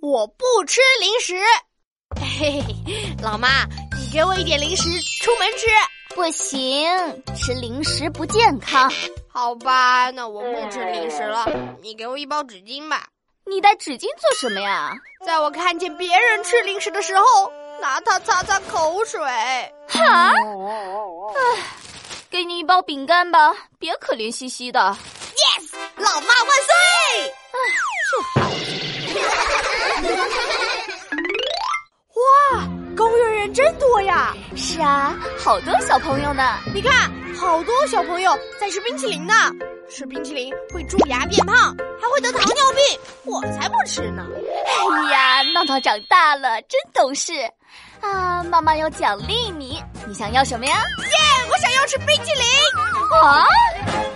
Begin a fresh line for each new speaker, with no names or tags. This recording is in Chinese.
我不吃零食。
嘿嘿，老妈，你给我一点零食出门吃。
不行，吃零食不健康。
好吧，那我不吃零食了。你给我一包纸巾吧。
你带纸巾做什么呀？
在我看见别人吃零食的时候，拿它擦擦口水。
哈，唉，给你一包饼干吧，别可怜兮兮的。
Yes，老妈万岁！
唉，这孩子。
哇，公园人真多呀！
是啊，好多小朋友呢。
你看，好多小朋友在吃冰淇淋呢。吃冰淇淋会蛀牙变胖，还会得糖尿病。我才不吃呢！
哎呀，闹闹长大了，真懂事。啊，妈妈要奖励你，你想要什么呀？
哎耶、yeah,，我想要吃冰淇淋。
啊！